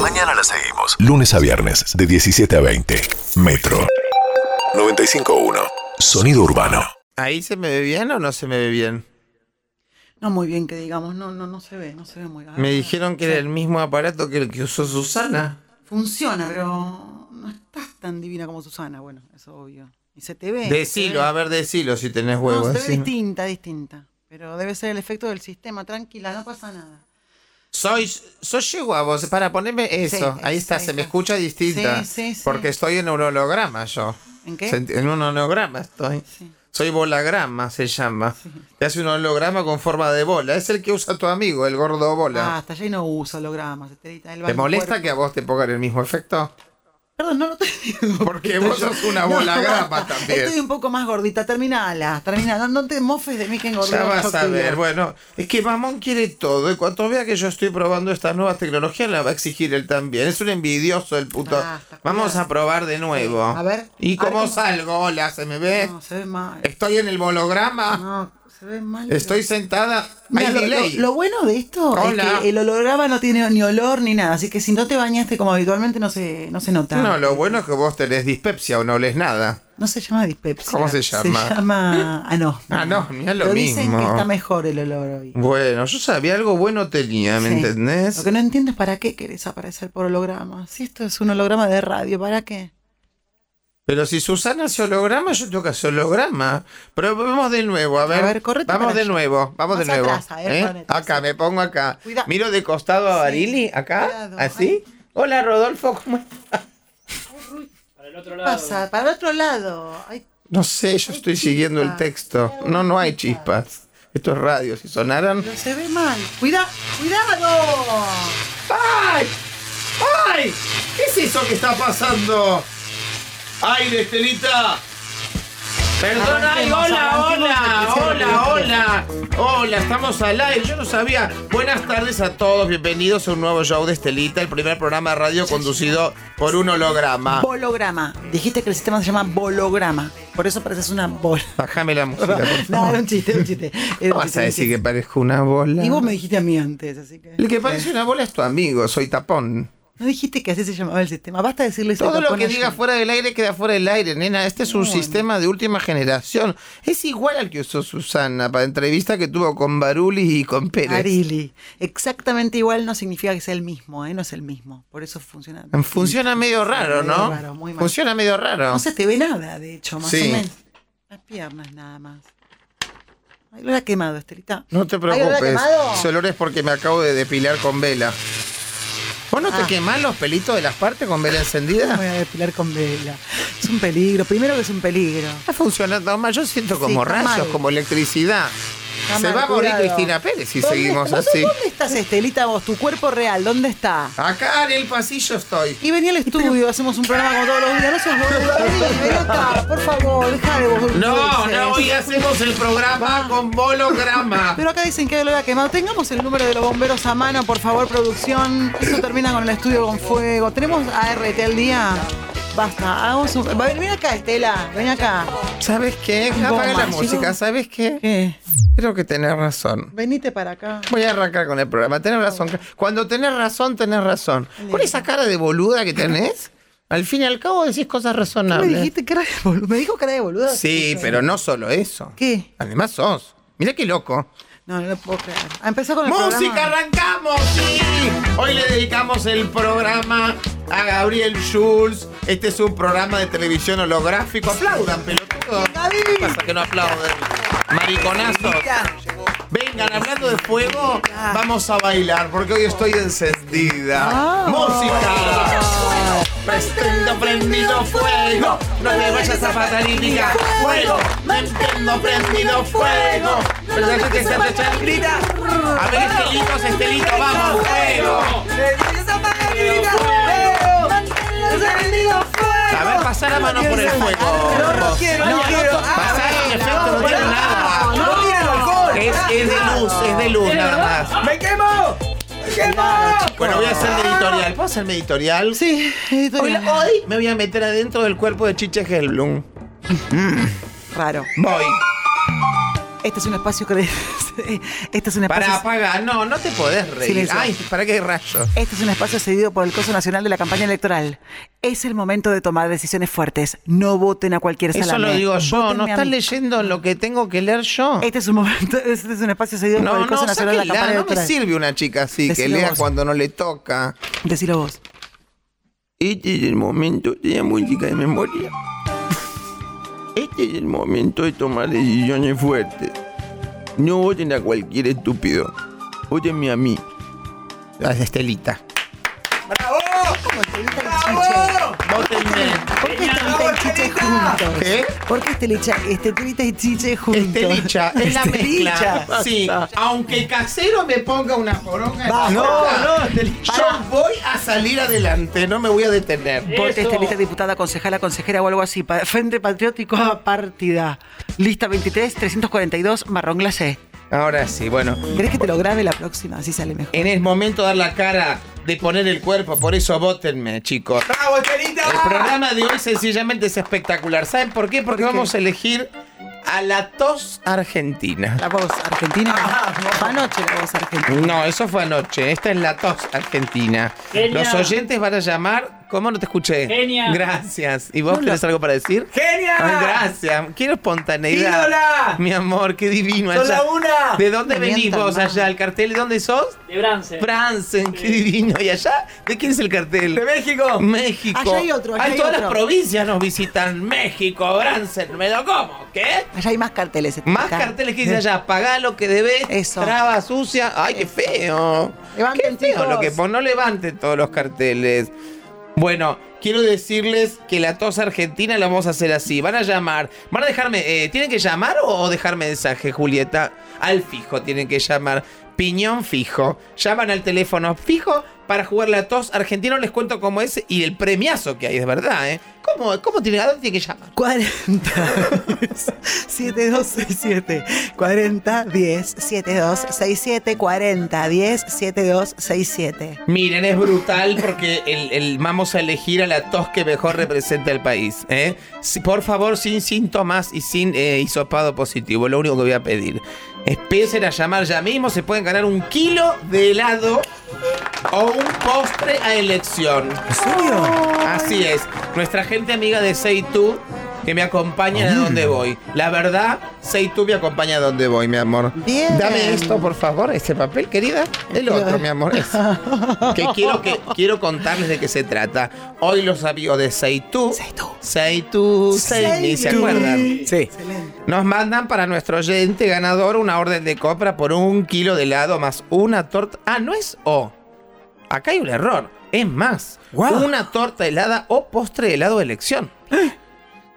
Mañana la seguimos. Lunes a viernes, de 17 a 20. Metro. 95.1. Sonido urbano. ¿Ahí se me ve bien o no se me ve bien? No muy bien que digamos, no, no, no se ve, no se ve muy bien. Me dijeron que era el mismo aparato que el que usó Susana. Funciona, pero no estás tan divina como Susana, bueno, eso obvio. Y se te ve. se te Decilo, ve. a ver, decilo si tenés No, huevos. se ve distinta, distinta. Pero debe ser el efecto del sistema, tranquila, no pasa nada. Soy, soy yo a vos, para ponerme eso. Sí, ahí está, ahí se me está. escucha distinta. Sí, sí, sí. Porque estoy en un holograma yo. ¿En qué? Se enti- En un holograma estoy. Sí. Soy bolagrama, se llama. Te hace un holograma con forma de bola. Es el que usa tu amigo, el gordo Ah, bola. hasta allá y no uso hologramas, Estelita. ¿Te molesta que a vos te pongan el mismo efecto? Perdón, no lo te digo. Porque vos sos una bola grapa también. Estoy un poco más gordita, terminala, terminala. No te mofes de mí que engordé. Ya vas ocho a ver, kilos. bueno, es que Mamón quiere todo. Y cuando vea que yo estoy probando estas nuevas tecnologías, la va a exigir él también. Es un envidioso el puto. Basta, Vamos cuidado. a probar de nuevo. Ah, Sí, a ver, ¿Y a ver cómo, cómo- salgo? Hola, ¿se me ve? No, se ve mal. ¿Estoy en el holograma? No, se ve mal. pero- ¿Estoy sentada? Mira, Hay lo, delay. lo- lo bueno de esto Hola. es que el holograma no tiene ni olor ni nada, así que si no te bañaste como habitualmente no se, no se nota. No, lo bueno es que vos tenés dispepsia o no lees nada. No se llama dispepsia. ¿Cómo se llama? Se llama anosmia. Anosmia, Ah, lo Pero dicen mismo. que está mejor el olor hoy. Bueno, yo sabía algo bueno tenía, ¿me Sí. Lo entendés? que no entiendo es para qué querés aparecer por holograma. Si esto es un holograma de radio, ¿para qué? Pero si Susana hace holograma, yo tengo que hacer holograma. Pero vamos de nuevo, a ver. A ver, correte Vamos para de allá. nuevo, vamos de Más nuevo. atrás, a ver, ¿eh? ponete, Acá, sí. me pongo acá. Cuida- Miro de costado a Sí, Barili, acá, cuidado, así. Hola, Rodolfo, ¿cómo estás? Pasa, para el otro lado. Ay, No sé, yo estoy siguiendo el chispas. texto. No, no hay chispas. Esto es radio, si sonaran... pero se ve mal. Cuida, cuidado. ¡Ay! ¡Ay! ¿Qué es eso que está pasando? ¡Ay, Estelita! Perdón, ay, Arranquemos, hola, hola, arranquemos, hola, arranquemos. hola. Hola, estamos al aire, yo no sabía. Buenas tardes a todos, bienvenidos a un nuevo show de Estelita, el primer programa de radio conducido por un holograma. Bolograma. Dijiste que el sistema se llama bolograma. Por eso pareces una bola. Bájame la música, por favor. No, era un chiste, era un chiste. Era ¿Cómo un vas chiste, a era un decir chiste. que parezco una bola? Y vos me dijiste a mí antes, así que. El que parece una bola es tu amigo, soy tapón. No dijiste que así se llamaba el sistema. Basta decirle Todo lo tapón que ayer. diga fuera del aire queda fuera del aire, nena. Este es un sistema de última generación. Es igual al que usó Susana para entrevista que tuvo con Baruli y con Pérez. Arili. Exactamente igual no significa que sea el mismo, ¿eh? No es el mismo. Por eso funciona. Funciona medio raro, medio ¿no? raro, muy mal. Funciona medio raro. No se te ve nada, de hecho, más Sí. o menos. Las piernas nada más. Ay, lo ha quemado, Estelita. No te Ay, olor a preocupes. quemado. Ese olor es porque me acabo de depilar con vela. ¿Vos no te Ah. quemás los pelitos de las partes con vela Me voy encendida? a depilar con vela. Es un peligro. Primero que es un peligro. Está funcionando mal. Yo siento como está rayos, mal. como electricidad. Está Se mal, va a morir cuidado. Cristina Pérez si ¿Dónde seguimos estás? así. ¿Dónde estás, Estelita, vos? Tu cuerpo real, ¿dónde está? Acá en el pasillo estoy. Y venía al estudio, hacemos un programa como todos los días. No seas boludo, vení, ven acá, por favor, deja de boludeces. No, no, hoy hacemos el programa con bolograma. Pero acá dicen que lo ha quemado. Tengamos el número de los bomberos a mano, por favor, producción. Eso termina con el estudio con fuego. ¿Tenemos ART al día? Basta, hagamos un... Va, Ven ven acá, Estela, ven acá. ¿Sabes qué? Apaga la Goma, música, chico. ¿sabes qué? ¿Qué? Creo que tenés razón. Venite para acá. Voy a arrancar con el programa. Tenés razón. Cuando tenés razón, tenés razón. Con esa cara de boluda que tenés, al fin y al cabo decís cosas ¿Qué me razonables. dijiste cara de boludo? ¿Me dijo cara de boludo? Sí, pero no solo eso. ¿Qué? Además sos. Mirá qué loco. No, no lo puedo creer. Ah, Empezó con el ¡Música, programa. arrancamos! ¡Sí! Hoy le dedicamos el programa a Gabriel Schulz. Este es un programa de televisión holográfico. Aplaudan, pelotudos. ¿Qué pasa que no aplauden? Mariconazos. Vengan, hablando de fuego, vamos a bailar, porque hoy estoy encendida. Ah. ¡Música! Prestendo prendido fuego, no me vayas a fatalítica. Fuego, mantengo prendido fuego. Pero no que se grita. A ver, Estelitos, Estelitos, vamos, fuego. A ver, pasá la mano por el fuego. No, no quiero, no quiero. Ah, Pasá el efecto, Ah, no tiene nada. No tiene alcohol. Es, es de luz, es de luz nada más. ¡Me quemo! ¡Me quemo! Bueno, voy a hacer de editorial. ¿Puedo hacerme editorial? Sí, Hoy, editorial. hoy me voy a meter adentro del cuerpo de Chiche Helblum. Raro. Voy. Este es un espacio que le- este es un espacio. Para apagar, no, no te podés reír. Silencio. Ay, ¿para qué rayo? Este es un espacio cedido por el Coso Nacional de la Campaña Electoral. Es el momento de tomar decisiones fuertes. No voten a cualquier Eso salame. lo digo yo, Vótenme no a estás mí. leyendo lo que tengo que leer yo. Este es un momento, este es un espacio cedido por No, el Coso no, Nacional de la sáquela, Campaña no me Electoral. sirve una chica así Decilo que lea vos. cuando no le toca. Decilo vos. Este es el momento de la música de memoria. Este es el momento de tomar decisiones fuertes. No voten a cualquier estúpido. Votenme a mí. Las Estelita. Votenme. ¿Por qué Estelita y Chiche juntos? ¿Eh? ¿Por qué este Estelita, Estelita y Chiche juntos? Estelicha, es este la mezcla. Estelicha. este Sí, aunque el casero me ponga una poronga. en Va, la no, boca, no, Estelicha. Yo voy a salir adelante, no me voy a detener. Porque Estelita, diputada, concejala, consejera o algo así. Pa- Frente Patriótico a partida. Lista 23, 342, marrón glacé. Ahora sí, bueno. ¿Crees que te lo grabe la próxima? Así sale mejor. En el momento de dar la cara, de poner el cuerpo, por eso votenme, chicos. ¡Bravo, Estelita! El programa de hoy sencillamente es espectacular. ¿Saben por qué? Porque vamos a elegir a la tos argentina. La voz argentina. Fue anoche la voz argentina. No, eso fue anoche. Esta es la tos argentina. Genia. Los oyentes van a llamar. ¿Cómo no te escuché? Genia. Gracias. ¿Y vos tenés algo para decir? ¡Genia! Ay, gracias. Quiero espontaneidad. ¡Ídola! Mi amor, qué divino ¡Sos allá. la una! ¿De dónde No venís mientan vos más. allá? ¿El cartel de dónde sos? De Brance. Bransen, qué divino. ¿Y allá? ¿De quién es el cartel? ¡De México! México. Allá hay otro, allá Ay, hay todas otro. las provincias nos visitan. México, Bransen, me lo como. ¿Qué? Allá hay más carteles. Más acá. carteles que dice allá, pagá lo que debes, Eso. traba sucia. Ay, qué feo. Levanten, qué feo chicos. lo que pon- no levanten todos los carteles. Bueno, quiero decirles que la tos argentina la vamos a hacer así. Van a llamar, van a dejarme, eh, ¿tienen que llamar o, o dejar mensaje, Julieta? Al fijo tienen que llamar. Piñón fijo. Llaman al teléfono fijo para jugar la tos argentina. Les cuento cómo es y el premiazo que hay, es verdad, ¿eh? ¿Cómo, cómo tienen, a dónde tienen que llamar? 40 7267 40 10 7267 40 10 7267 Miren, es brutal porque el, el- vamos a elegir a la tos que mejor representa al país. ¿eh? Si- por favor, sin síntomas y sin eh, hisopado positivo. Lo único que voy a pedir. Empiecen a llamar ya mismo. Se pueden ganar un kilo de helado o un postre a elección. Así es. Nuestra gente amiga de Seitu que me acompaña a donde voy. La verdad, Seitu me acompaña a donde voy, mi amor. Bien. Dame esto, por favor, este papel, querida. El otro, mi amor. ese. Que quiero, que, quiero contarles de qué se trata. Hoy los amigos de Seitu. Seitu. Seitu. Seini, ¿se Seitu. acuerdan? Sí. Nos mandan para nuestro oyente ganador una orden de compra por un kilo de helado más una torta. Ah, no es O. Acá hay un error. Es más, Guau. una torta helada o postre de helado de elección.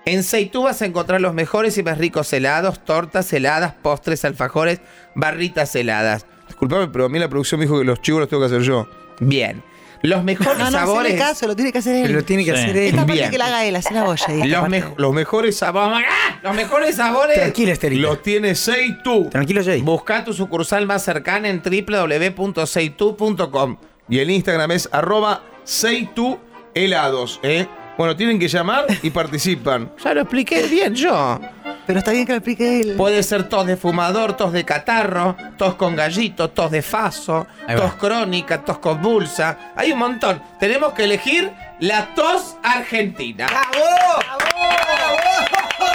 En Seitú vas a encontrar los mejores y más ricos helados, tortas heladas, postres, alfajores, barritas heladas. Disculpame, pero a mí la producción me dijo que los chivos los tengo que hacer yo. Bien. Los mejores No, no, sabores. hacele caso, lo tiene que hacer él. Lo tiene que Sí. hacer él. Esta parte Bien. que la haga él, así la voy a Los, me- los mejores este sabores. ¡Ah! Los mejores sabores. Tranquila, Estelita. Los tiene Seitu. Tranquilo, Jay. Busca tu sucursal más cercana en www.seitu.com. Y el Instagram es arroba seituhelados. ¿eh? Bueno, tienen que llamar y participan. ya lo expliqué bien yo. Pero está bien que lo explique él. Puede ser tos de fumador, tos de catarro, tos con gallito, tos de faso, Ahí va. tos crónica, tos convulsa. Hay un montón. Tenemos que elegir la tos argentina.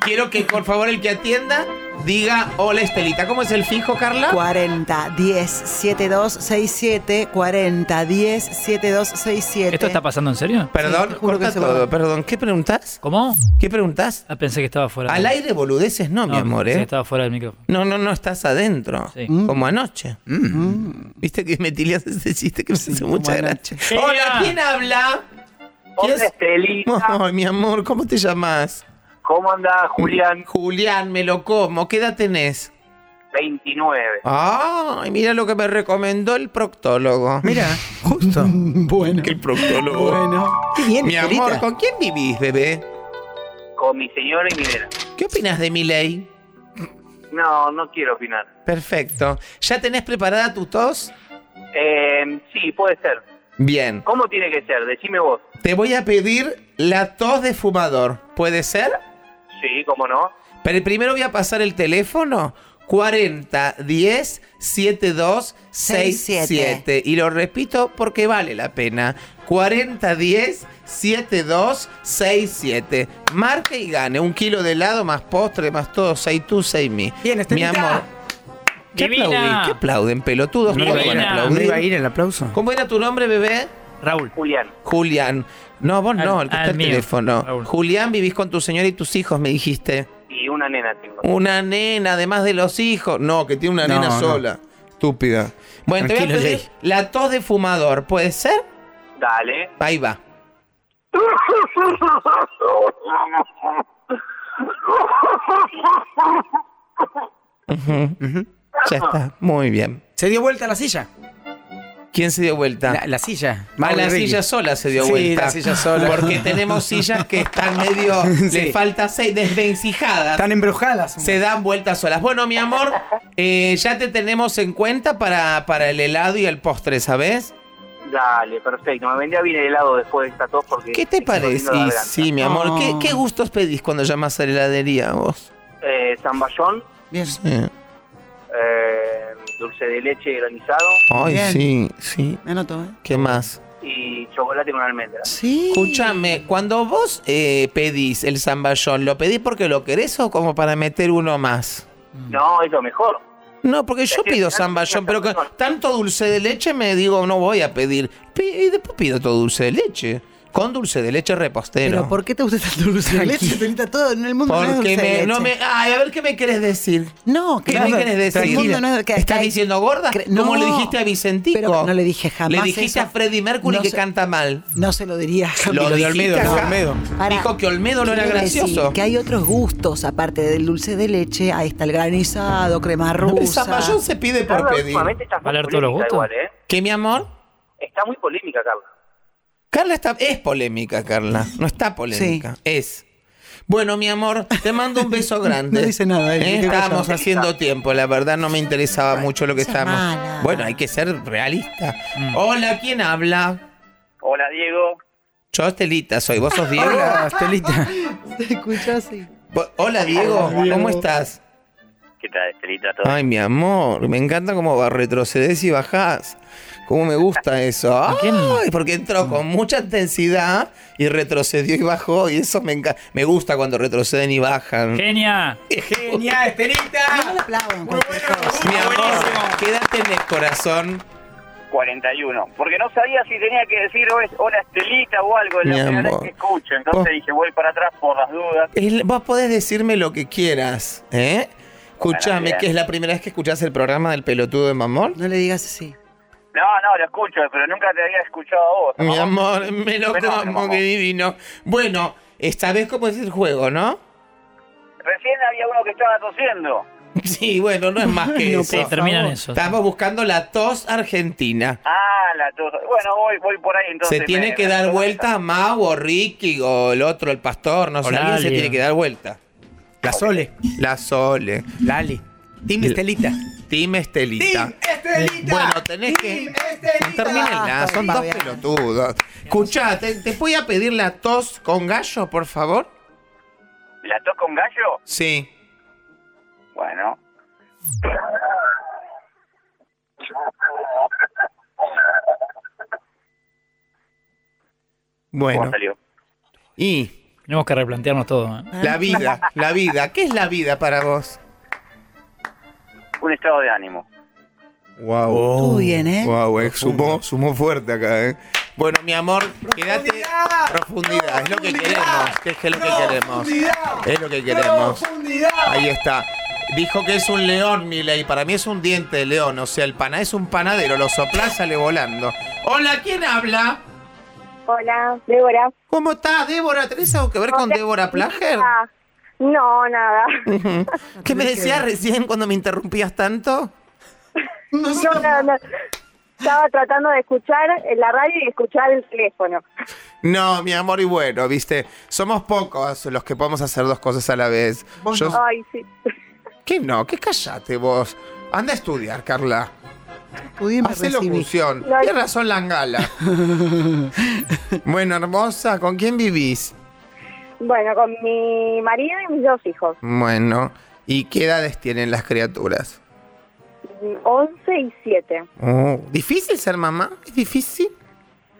Quiero que por favor el que atienda diga hola Estelita. ¿Cómo es el fijo, Carla? 40 10 7267 40 10 7267 Eh. ¿Esto está pasando en serio? Perdón, Sí, te juro que corta se todo. va. Perdón, ¿qué preguntás? ¿Cómo? ¿Qué preguntás? Ah, pensé que estaba fuera. Al aire boludeces no, mi amor, pensé que ¿eh? estaba fuera del micrófono. No, no, no, estás adentro. Sí. Como anoche. Viste que me tilías ese chiste que me hizo mucha gracia. Hola, ¿quién habla? ¿Quién Hola es? Estelita, Ay, mi amor, ¿cómo te llamas? ¿cómo andás Julián? Julián, me lo como. ¿Qué edad tenés? 29. Ay, mira lo que me recomendó el proctólogo. Mira, Justo. que el proctólogo. Qué bien, Mi amor, Estelita. ¿con quién vivís, bebé? Con mi señora y mi nena. ¿Qué opinas de mi ley? No, no quiero opinar. Perfecto. ¿Ya tenés preparada tu tos? Eh, sí, puede ser. Bien. ¿Cómo tiene que ser? Decime vos. Te voy a pedir la tos de fumador. ¿Puede ser? Sí, cómo no. Pero primero voy a pasar el teléfono. 40 10 72 67. 67. Y lo repito porque vale la pena. 40 10 72 67. Marque y gane. Un kilo de helado más postre más todo. Say tú, say me. Bien, Mi Estelita. amor. ¿Qué Divina. aplaudí? ¿Qué aplauden, pelotudos? No ¿Cómo iba a van ir. a No aplaudir? iba a ir el aplauso? ¿Cómo era tu nombre, bebé? Raúl. Julián. Julián. No, vos Al- no, el que al está el mío, teléfono. Raúl. Julián, vivís con tu señora y tus hijos, me dijiste. Y una nena tengo. Una nena, además de los hijos. No, que tiene una No, nena no. sola. Estúpida. Bueno, te voy a Tranquilo, pedir Jay. la tos de fumador, ¿puede ser? Dale. Ahí va. Ujú. Ya está, muy bien. Se dio vuelta la silla. ¿Quién se dio vuelta? La, la silla. A Mauro la y Ricky. silla sola se dio Sí, vuelta. la silla sola. Porque tenemos sillas que están medio. Le Sí. falta seis, desvencijadas. Están embrujadas. Se dan vueltas solas. Bueno, mi amor, eh, ya te tenemos en cuenta para, para el helado y el postre, ¿sabes? Dale, perfecto. Me vendría bien el helado después de esta tos porque... ¿Qué te estoy parece? muriendo de Y garganta. sí, mi amor. ¿Qué, Ah. qué gustos pedís cuando llamas a la heladería vos? Eh, zamballón, Bien. Eh, eh, dulce de leche granizado Ay, Bien. sí, sí. Me anoto, ¿eh? ¿Qué más? y chocolate con almendras. Sí. Escúchame, cuando vos eh, pedís el zamballón, ¿lo pedís porque lo querés o como para meter uno más? No, es lo mejor. No, porque yo Es que pido ya- zamballón, pero con tanto dulce de leche me digo, no voy a pedir. Pi- Y después pido todo dulce de leche. Con dulce de leche repostero. Pero ¿por qué te gusta tanto el dulce de leche? Tenita, todo en el mundo no es Porque dulce de me, leche. no me. Ay, a ver qué me querés decir. No, ¿Qué claro, me querés decir? El mundo no es- que- ¿Estás que hay- diciendo gorda? cre- Como no, le dijiste a Vicentico. Pero no le dije jamás. Le dijiste eso. a Freddie Mercury No que se- canta mal. No se lo diría jamás. Lo de Olmedo, lo de acá. Olmedo. Pará. Dijo que Olmedo no era Quiero decir gracioso. Que hay otros gustos, aparte del dulce de leche. Ahí está el granizado, crema El rusa. zapallón se pide por Carla, pedir. últimamente estás muy ¿Valer todos los polémica gustos? igual, ¿eh? ¿Qué, mi amor? Está muy polémica, Carla. Carla está, es polémica, Carla. No está polémica. Es. Bueno, mi amor, te mando un beso grande. No dice nada, Eh, ¿eh? ¿Qué Estábamos pasa? haciendo tiempo, la verdad no me interesaba mucho lo que sea estábamos. mala. Mm. Bueno, hay que ser realista. Hola, ¿quién habla? Hola, Diego. Yo, Estelita, soy. ¿Vos sos Diego? Hola, Estelita. ¿Se escuchó así? Vo- Hola, Diego. ¿Cómo estás? ¿Qué tal, Estelita? ¿Todo Ay, mi amor, me encanta cómo va- retrocedés y bajás. Cómo me gusta eso. quién? Ay, porque entró con mucha intensidad y retrocedió y bajó. Y eso me encanta. Me gusta cuando retroceden y bajan. Genia. Genial, Ah, Yo le Estelita. aplaudo en cualquier cosa. Mi amor, ¿qué edad tenés, corazón? 41. Porque no sabía si tenía que decir o es hola Estelita o algo. Es Mi la primera vez amor. Oh. que escucho. Entonces Vos- dije, voy para atrás por las dudas. El- vos podés decirme lo que quieras, ¿eh? Escuchame, bien. que es la primera vez que escuchás el programa del pelotudo de mamón. No le digas así. No, no, lo escucho, pero nunca te había escuchado a vos. Mi ¿no? amor, me lo Bueno, como, mamón. que divino. Bueno, esta vez cómo es el juego, ¿no? Recién había uno que estaba tosiendo. Sí, bueno, no es más que No, eso. Sí, terminan eso. Estamos buscando la tos argentina. Ah, la tos. Bueno, voy, voy por ahí entonces. Se tiene me- que me- dar vuelta Mau o Ricky o el otro, el pastor, no sé, O alguien se Lali. tiene que dar vuelta. La Sole. La Sole. Lali. Team Estelita. Team Estelita. Team Estelita. Bueno, tenés Team que. Estelita. Terminenla, son dos Fabián. pelotudos. Escuchá, ¿te, te voy a pedir la tos con gallo, por favor? ¿La tos con gallo? Sí. Bueno. ¿Cómo Bueno. salió? Y Tenemos que replantearnos todo. ¿eh? la vida, la vida. ¿Qué es la vida para vos? Un estado de ánimo. Wow. Estuvo bien, ¿eh? Wow, Oh, sumó, sumó fuerte acá, eh. Bueno, mi amor, quédate. Profundidad. Profundidad, es lo que queremos. Profundidad. que Es que es lo que queremos. Profundidad. Es lo que queremos. Profundidad. Ahí está. Dijo que es un león, Miley. Para mí es un diente de león. O sea, el paná es un panadero. Lo soplá, sale volando. Hola, ¿quién habla? Hola, Débora. ¿Cómo está, Débora? ¿Tenés algo que ver con Débora Plager? Ah, no, nada. ¿Qué me decías recién cuando me interrumpías tanto? No, no, no. Estaba tratando de escuchar la radio y escuchar el teléfono. No, mi amor, y bueno, viste, somos pocos los que podemos hacer dos cosas a la vez. Vos Yo- Ay, sí. ¿Qué no? ¿Qué callate vos? Anda a estudiar, Carla. Pudiera Hacé recibir. locución. No hay- Tienes razón, Langala. bueno, hermosa, ¿con quién vivís? Bueno, con mi marido y mis dos hijos. Bueno, ¿Y qué edades tienen las criaturas? 11 y 7. Oh, ¿Difícil ser mamá? ¿Es difícil?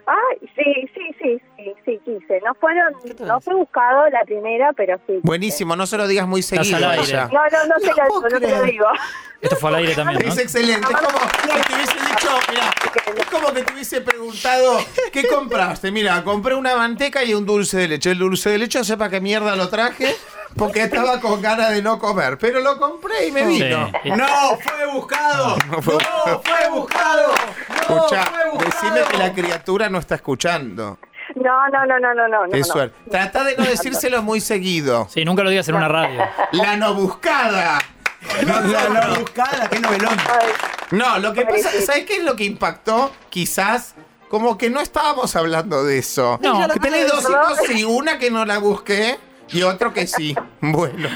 Ah, sí, sí, sí, sí, sí, quise. No fueron, no fue buscado la primera, pero sí. quise. Buenísimo, no se lo digas muy Estás seguido al a aire. ella. No, no, no, se lo, no te lo digo. Esto fue al aire también, ¿no? Es excelente, es como que te hubiese dicho, mira, es como que te hubiese preguntado, ¿qué compraste? Mira, compré una manteca y un dulce de leche. El dulce de leche, sepa qué mierda lo traje, porque estaba con ganas de no comer, pero lo compré y me Sí. vino. ¡No! ¡Fue buscado! ¡No! ¡Fue buscado! ¡No! Escucha, ¡Fue buscado! decime que la criatura no está escuchando. No, no, no, no, no, no. no, Qué no. suerte. Trata de no decírselo muy seguido. Sí, nunca lo digas en una radio. La no buscada. No, no, no, buscada, qué novelón. Ay, No, lo que pasa, ¿sabes qué es lo que impactó? Quizás, como que no estábamos hablando de eso. No, que tenés dos ¿verdad? hijos y una que no la busqué y otro que sí. Bueno.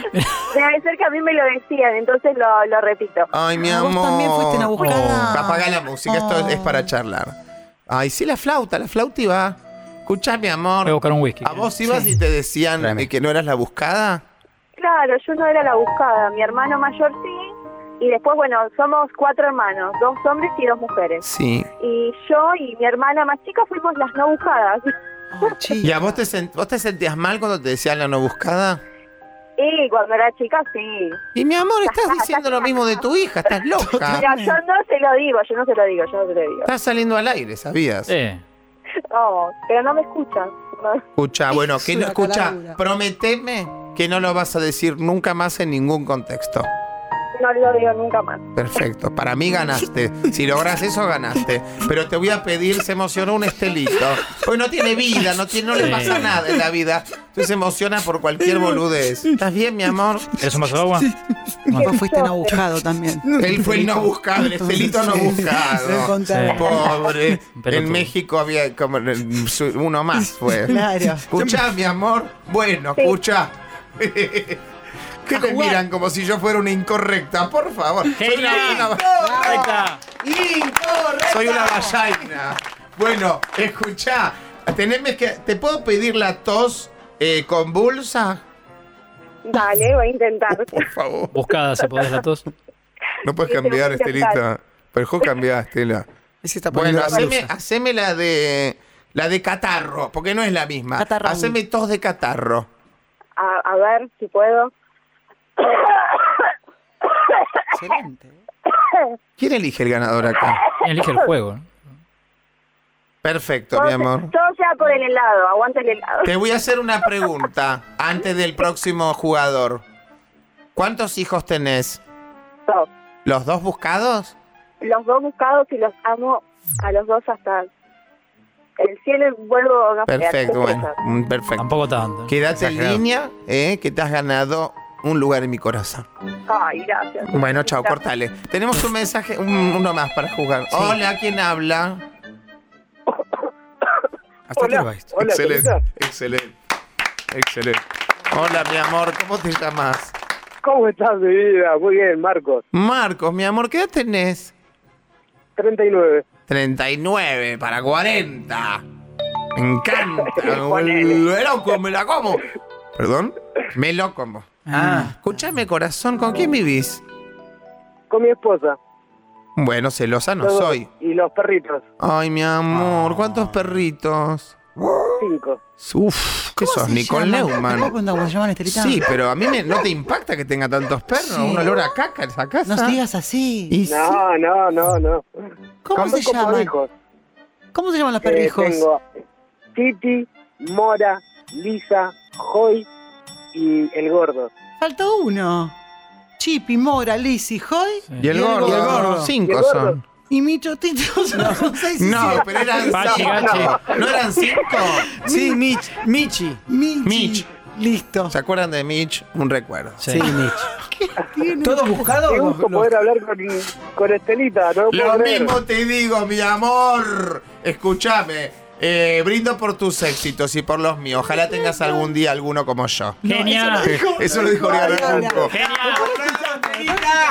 Debe ser que a mí me lo decían, entonces lo, lo repito. Ay, mi Ah, amor. vos también fuiste una buscada. Oh. Apaga la música, esto Oh. es para charlar. Ay, sí, la flauta, la flauta iba. Escuchá, mi Voy a amor. buscar un whisky. ¿A vos ibas y te decían Tráeme. eh, que no eras la buscada? Claro, yo no era la buscada, mi hermano mayor sí, y después, bueno, somos cuatro hermanos, dos hombres y dos mujeres. Sí. Y yo y mi hermana más chica fuimos las no buscadas. ¿Y a vos te, sen- vos te sentías mal cuando te decían la no buscada? Y cuando era chica, sí. Y mi amor, estás diciendo lo mismo de tu hija, estás loca. Mira, yo no se lo digo, yo no se lo digo, yo no se lo digo. Estás saliendo al aire, ¿sabías? Eh, No, pero no me escuchan. No. Escucha, bueno, Es que no una escucha, caradura. prometeme que no lo vas a decir nunca más en ningún contexto. No lo digo nunca más. Perfecto, para mí ganaste. Si logras eso, ganaste. Pero te voy a pedir, se emocionó un estelito. Hoy no tiene vida, no, tiene, no le Sí. pasa nada en la vida. Entonces se emociona por cualquier boludez. ¿Estás bien, mi amor? ¿Eres un vaso de agua? Vos fuiste no buscado también. Él fue el no buscado, el estelito no buscado. Contame. Pobre. Pelotudo. En México había como el- su- uno más, fue. Claro. Escuchá, mi amor. Bueno, escuchá. que te miran como si yo fuera una incorrecta, por favor. Soy una, Genial. una- Ahí está. ¡Incorrecto! soy una vallaina. Bueno, escuchá. Tenemos que. ¿Te puedo pedir la tos eh, convulsa? Dale, voy a intentar. Por favor. Buscada, si podés la tos. No puedes Sí, te voy a cambiar, intentar. Estelita. Pero cambiar, Estela. Ese está Bueno, poniendo la haceme, blusa. haceme la de. La de catarro, porque no es la misma. Catarrón. Haceme tos de catarro. A, a ver si puedo. Excelente. ¿Quién elige el ganador acá? Elige el juego. ¿no? Perfecto, Todo, mi amor. todo sea por el helado, aguanta el helado. Te voy a hacer una pregunta antes del próximo jugador. ¿Cuántos hijos tenés? Dos. ¿Los dos buscados? Los dos buscados y los amo a los dos hasta el cielo y vuelvo a Perfecto, bueno, Exacto. mm, perfecto. Tampoco tanto. ¿eh? Quédate en Exagerado. línea, eh, que te has ganado un lugar en mi corazón. Ay, gracias. Bueno, chao, Gracias. cortale. Tenemos un mensaje, un- uno más para jugar. Hola, ¿quién habla? Hasta aquí lo vais. Hola, Teresa. excelente, excelente. Hola, mi amor, ¿cómo te llamas? ¿Cómo estás, mi vida? Muy bien, Marcos. Marcos, mi amor, ¿qué edad tenés? 39. 39 para 40. Me encanta. Ponele. Me lo como, me la como. ¿Perdón? Me lo como. Ah, Escuchame, corazón, ¿con quién vivís? Con mi esposa. Bueno, celosa no Los dos. soy. Y los perritos. Ay, mi amor, ¿cuántos perritos? Cinco. Uf, ¿qué sos? Nicole ¿Cómo Neumann. cuando llaman Estelita? Sí, pero a mí me- no te impacta que tenga tantos perros. Sí. Un olor a caca en esa casa. No digas así. Y sí. No, no, no, no. ¿Cómo, Son se como llaman? hijos. ¿Cómo se llaman los Eh, perrijos? tengo Titi, Mora, Lisa, Joy y el gordo. Falta uno. Chipi, Mora, Lizzy, Hoy Y el gordo. ¿Y Cinco el gordo? son. y Micho Tito. No, son seis y No, siete. pero eran Pachi, cinco. Gachi. No eran cinco. sí, Mich, Michi. Michi. Mich. Listo. ¿Se acuerdan de Mitch? Un recuerdo. Sí, Michi. ¿Todos buscados? Qué gusto poder hablar con, con Estelita, ¿no? puedo Lo creer. mismo te digo, mi amor. Escúchame. eh, brindo por tus éxitos y por los míos. Ojalá tengas algún día alguno como yo. Genial. Eso lo dijo Oriana Oriana. Junco. Genial. ¡Estelita!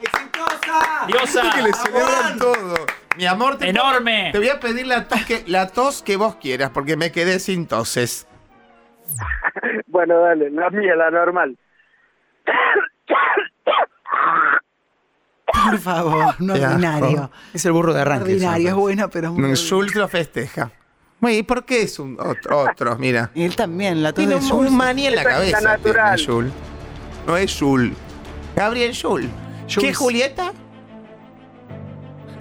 ¡Exitosa! Diosa. Que le celebran todo. Mi amor, te, Enorme. te voy a pedir la tos, que, la tos que vos quieras, porque me quedé sin toses. Bueno, dale, la mía, la normal. Por favor, no Qué asco. ordinario. Es el burro de arranque. Ordinario, es bueno, pero es muy Mm, Jules lo festeja. Bueno, ¿y por qué es un otro? otro? mira. Él también, la tos Tiene de un, Jules. un maní en la Esa es la cabeza. tiene natural. Jules. No es Jules. Gabriel Jules. ¿Qué Jules. Julieta?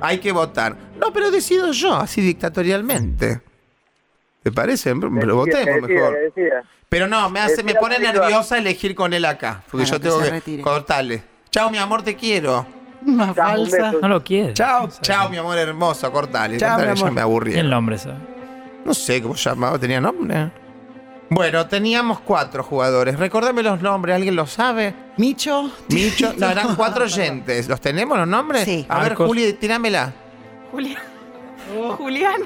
Hay que votar. No, pero decido yo, así dictatorialmente. ¿Te parece? Pero votemos mejor. Pero no, me hace, me Decida, pone Julio. nerviosa elegir con él acá. Porque Bueno, yo que tengo se que, retire. cortarle. Chao, mi amor, te quiero. Una falsa. No lo quiere. Chao, chao, mi amor hermoso, cortale. Chao, cortale, mi ya amor. me aburrí. El nombre eso. No sé cómo llamaba, tenía nombre. Bueno, teníamos cuatro jugadores. Recordame los nombres, ¿alguien los sabe? Micho. Micho. No, eran cuatro oyentes. ¿Los tenemos los nombres? Sí. A ver, Marcos. Juli, tirámela. Julián. Julián.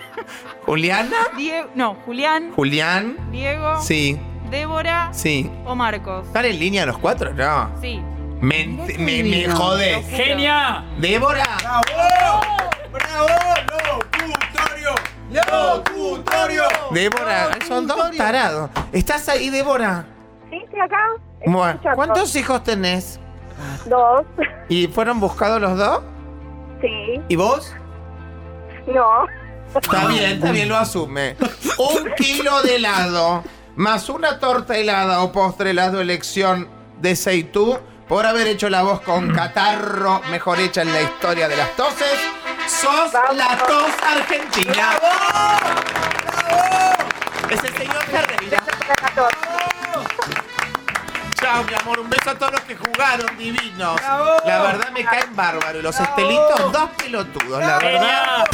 ¿Juliana? Diego. No, Julián. ¿Julián? Diego. Sí, Débora. sí. O Marcos. ¿Están en línea los cuatro? No. Sí. Me, me, qué me divino. jodés. ¡Genia! ¡Débora! ¡Bravo! ¡Bravo! ¡Locutorio! ¡Locutorio! Débora, son dos tarados. ¿Estás ahí, Débora? ¿Sí? ¿Estoy acá? Bueno, ¿cuántos hijos tenés? Dos. ¿Y fueron buscados los dos? Sí. ¿Y vos? No. Está bien, está bien, lo asume. Un kilo de helado más una torta helada o postre helado elección de Seitú por haber hecho la voz con catarro mejor hecha en la historia de las toses. Sos la tos argentina. Es el señor Carreira. Chao, mi amor. Un beso a todos los que jugaron divinos. Bravo. La verdad me caen bárbaros. Los estelitos, dos pelotudos, la verdad.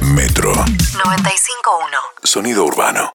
Metro 95.1. Sonido Urbano.